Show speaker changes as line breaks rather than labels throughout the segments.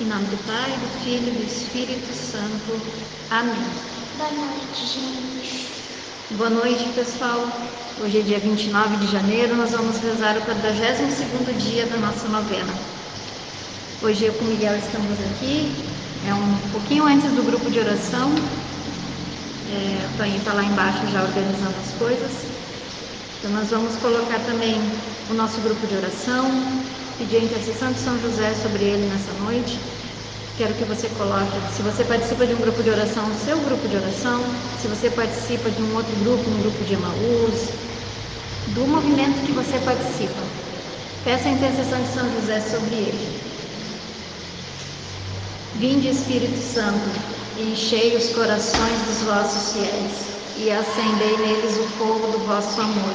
Em nome do Pai, do Filho e do Espírito Santo. Amém.
Boa noite, gente.
Boa noite, pessoal. Hoje é dia 29 de janeiro, nós vamos rezar o 42º dia da nossa novena. Hoje eu com o Miguel estamos aqui, é um pouquinho antes do grupo de oração. É, o Toninho está lá embaixo já organizando as coisas. Então nós vamos colocar também o nosso grupo de oração, pedir a intercessão de São José sobre ele nessa noite. Quero que você coloque, se você participa de um grupo de oração, o seu grupo de oração, se você participa de um outro grupo, um grupo de Emaús, do movimento que você participa. Peça a intercessão de São José sobre ele. Vinde Espírito Santo, e enchei os corações dos vossos fiéis, e acendei neles o fogo do vosso amor.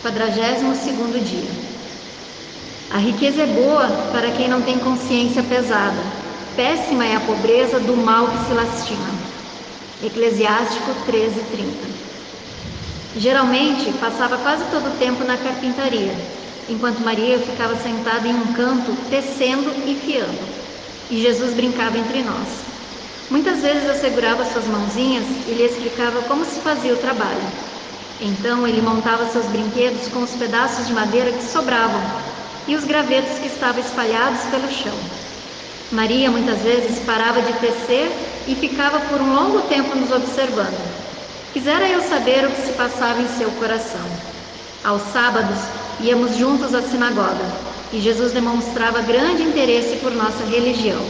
42 dia. A riqueza é boa para quem não tem consciência pesada. Péssima é a pobreza do mal que se lastima. Eclesiástico 13:30. Geralmente passava quase todo o tempo na carpintaria, enquanto Maria ficava sentada em um canto tecendo e fiando e Jesus brincava entre nós. Muitas vezes eu segurava suas mãozinhas e lhe explicava como se fazia o trabalho. Então ele montava seus brinquedos com os pedaços de madeira que sobravam e os gravetos que estavam espalhados pelo chão. Maria muitas vezes parava de tecer e ficava por um longo tempo nos observando. Quisera eu saber o que se passava em seu coração. Aos sábados íamos juntos à sinagoga e Jesus demonstrava grande interesse por nossa religião,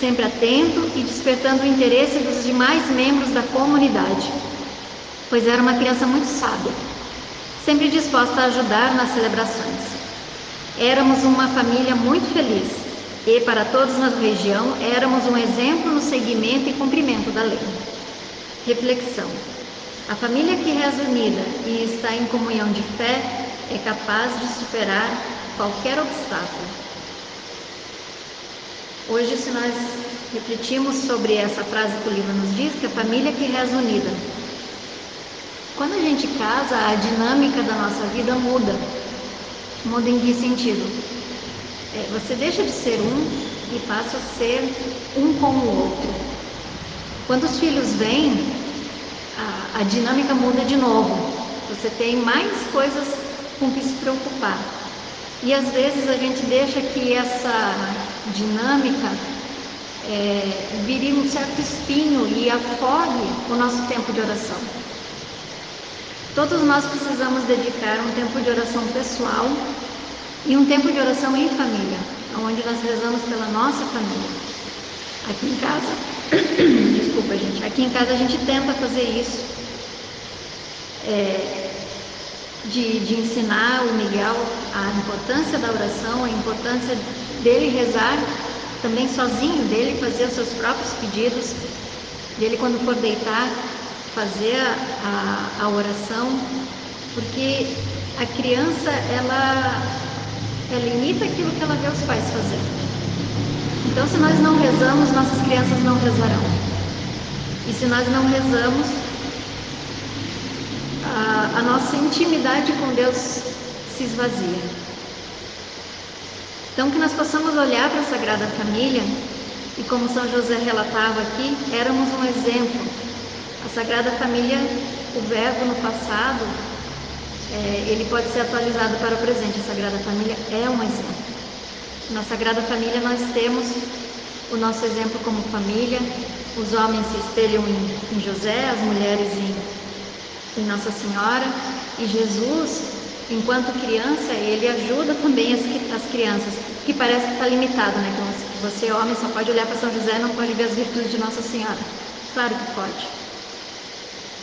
sempre atento e despertando o interesse dos demais membros da comunidade, pois era uma criança muito sábia, sempre disposta a ajudar nas celebrações. Éramos uma família muito feliz e, para todos na região, éramos um exemplo no seguimento e cumprimento da lei. Reflexão: A família que reza unida e está em comunhão de fé é capaz de superar qualquer obstáculo. Hoje, se nós refletirmos sobre essa frase que o livro nos diz, que é a família que reza unida. Quando a gente casa, a dinâmica da nossa vida muda. Muda em que sentido? É, você deixa de ser um e passa a ser um com o outro. Quando os filhos vêm, a, a dinâmica muda de novo. Você tem mais coisas com que se preocupar. E às vezes a gente deixa que essa dinâmica é, vire um certo espinho e afogue o nosso tempo de oração. Todos nós precisamos dedicar um tempo de oração pessoal e um tempo de oração em família, onde nós rezamos pela nossa família. Aqui em casa, desculpa gente, aqui em casa a gente tenta fazer isso. É, de, de, ensinar o Miguel a importância da oração, a importância dele rezar também sozinho, dele fazer os seus próprios pedidos, dele quando for deitar fazer a, a, a oração, porque a criança ela, ela imita aquilo que ela vê os pais fazer. Então, se nós não rezamos, nossas crianças não rezarão. E se nós não rezamos, a, a, nossa intimidade com Deus se esvazia. Então, que nós possamos olhar para a Sagrada Família e, como São José relatava aqui, éramos um exemplo. A Sagrada Família, o verbo no passado, é, ele pode ser atualizado para o presente. A Sagrada Família é um exemplo. Na Sagrada Família, nós temos o nosso exemplo como família. Os homens se espelham em, em José, as mulheres em, em Nossa Senhora e Jesus, enquanto criança, ele ajuda também as, as crianças, que parece que está limitado, né? Que você, homem, só pode olhar para São José não pode ver as virtudes de Nossa Senhora. Claro que pode.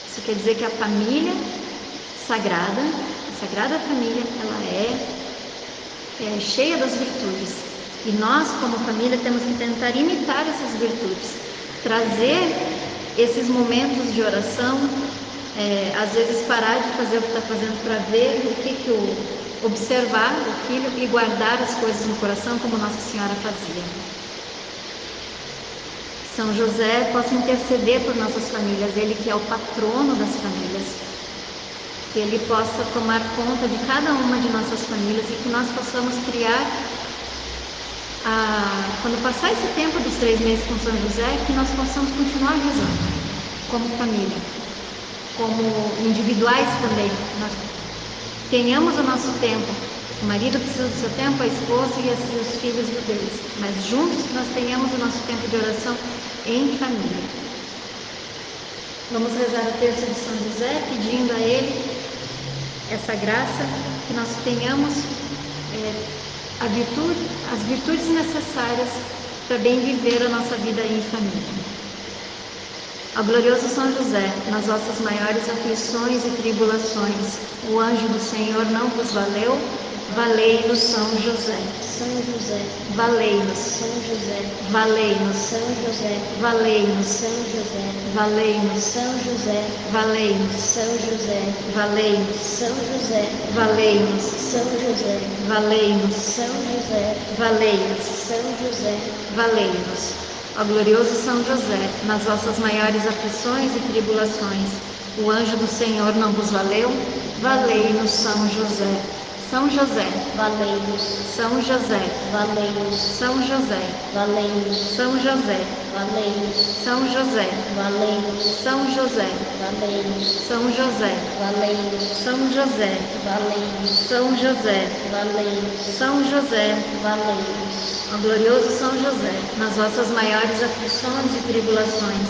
Isso quer dizer que a família sagrada, a sagrada família, ela é, é cheia das virtudes. E nós, como família, temos que tentar imitar essas virtudes, trazer esses momentos de oração, é, às vezes parar de fazer o que está fazendo para ver o que, que o observar o filho e guardar as coisas no coração como Nossa Senhora fazia. São José possa interceder por nossas famílias, ele que é o patrono das famílias, que ele possa tomar conta de cada uma de nossas famílias e que nós possamos criar a, quando passar esse tempo dos três meses com São José, que nós possamos continuar rezando como família, como individuais também. Nós tenhamos o nosso tempo. O marido precisa do seu tempo, a esposa e assim, os filhos do deles. Mas juntos nós tenhamos o nosso tempo de oração em família. Vamos rezar o texto de São José, pedindo a ele essa graça, que nós tenhamos. É, a virtude, as virtudes necessárias para bem viver a nossa vida em família. Ao glorioso São José, nas vossas maiores aflições e tribulações, o anjo do Senhor não vos valeu? Valei-nos São José.
São José,
Valei-nos.
São José,
Valei-nos.
São José,
Valei-nos.
São José,
Valei-nos.
São José,
Valei-nos.
São José,
Valei-nos.
São José,
Valei-nos.
São José,
Valei-nos.
São José,
Valei-nos.
São José,
Valei-nos, ó glorioso São José, nas vossas maiores aflições e tribulações, o anjo do Senhor não vos valeu? Valei-nos, São José. São José,
valei-nos,
São José,
valei-nos,
São José,
valei-nos,
São José,
valei-nos,
São José,
valei-nos,
São José,
valei-nos,
São José,
valei-nos,
São José,
valei-nos,
São José, São José,
valei-nos, valei-nos.
Ó glorioso São José, nas vossas maiores aflições e tribulações,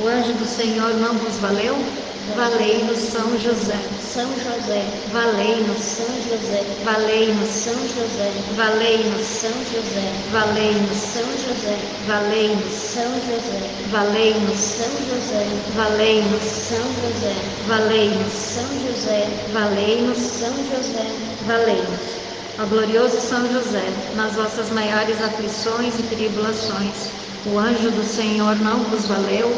o anjo do Senhor não vos valeu? Valei-nos, São José.
São José,
Valei-nos,
São José,
valei-nos,
São José,
valei-nos,
São José,
valei-nos,
São José,
valei-nos,
São José,
valei-nos,
São José,
valei-nos,
São José,
valei-nos,
São José,
valei-nos,
São José,
valei-nos. Ó glorioso São José, nas vossas maiores aflições e tribulações, o anjo do Senhor não vos valeu?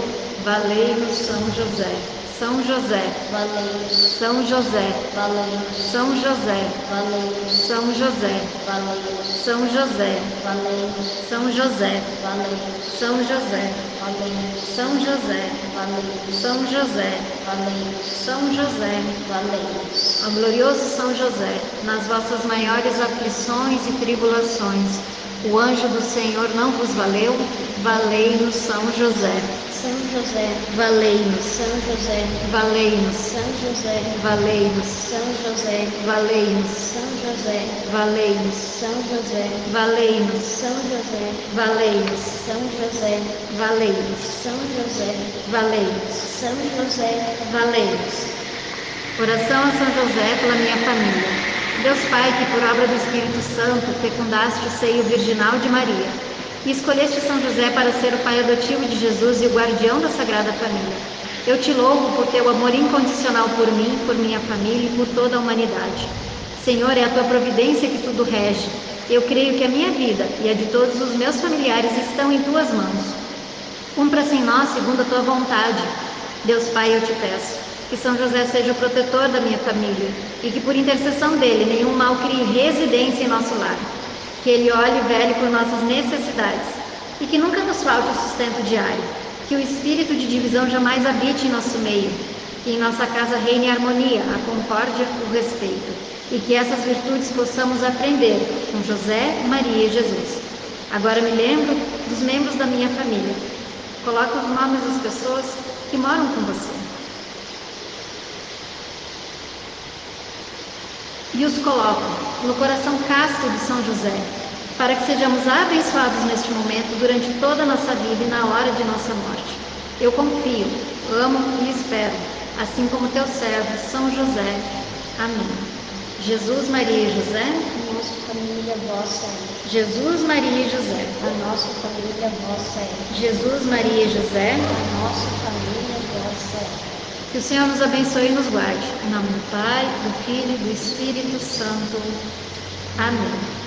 Valei-nos, São José. São José,
valei-nos,
São José,
valei-nos,
São José,
valei-nos,
São José,
valei-nos,
São José,
valei-nos,
São José,
valei-nos,
São José,
valei-nos,
São José,
valei-nos,
São José,
valei-nos,
São José.
valei-nos,
Ó glorioso São José, nas vossas maiores aflições e tribulações, o anjo do Senhor não vos valeu? Valei-nos, São José.
São José,
Valei-nos,
São José,
valei-nos,
São José,
valei-nos,
São José,
valei-nos,
São José,
valei-nos,
São José,
valei-nos,
São José,
valei-nos,
São José,
valei-nos,
São José,
valei-nos.
São José,
Valente. Oração a São José pela minha família. Deus Pai, que por obra do Espírito Santo fecundaste o seio virginal de Maria e escolheste São José para ser o pai adotivo de Jesus e o guardião da Sagrada Família. Eu te louvo por teu amor incondicional por mim, por minha família e por toda a humanidade. Senhor, é a tua providência que tudo rege. Eu creio que a minha vida e a de todos os meus familiares estão em tuas mãos. Cumpra-se em Um nós segundo a tua vontade. Deus Pai, eu te peço que São José seja o protetor da minha família e que por intercessão dele nenhum mal crie residência em nosso lar. Que ele olhe e vele por nossas necessidades e que nunca nos falte o sustento diário. Que o espírito de divisão jamais habite em nosso meio. Que em nossa casa reine a harmonia, a concórdia, o respeito. E que essas virtudes possamos aprender com José, Maria e Jesus. Agora me lembro dos membros da minha família. Coloca os nomes das pessoas que moram com você. E os coloco no coração casto de São José, para que sejamos abençoados neste momento, durante toda a nossa vida e na hora de nossa morte. Eu confio, amo e espero, assim como teu servo, São José. Amém. Jesus, Maria e José.
nossa família vossa é,
Jesus, Maria e José.
a nossa família vossa é,
Jesus, Maria e José.
a nossa família vossa é.
Que o Senhor nos abençoe e nos guarde. Em nome do Pai, do Filho e do Espírito Santo. Amém.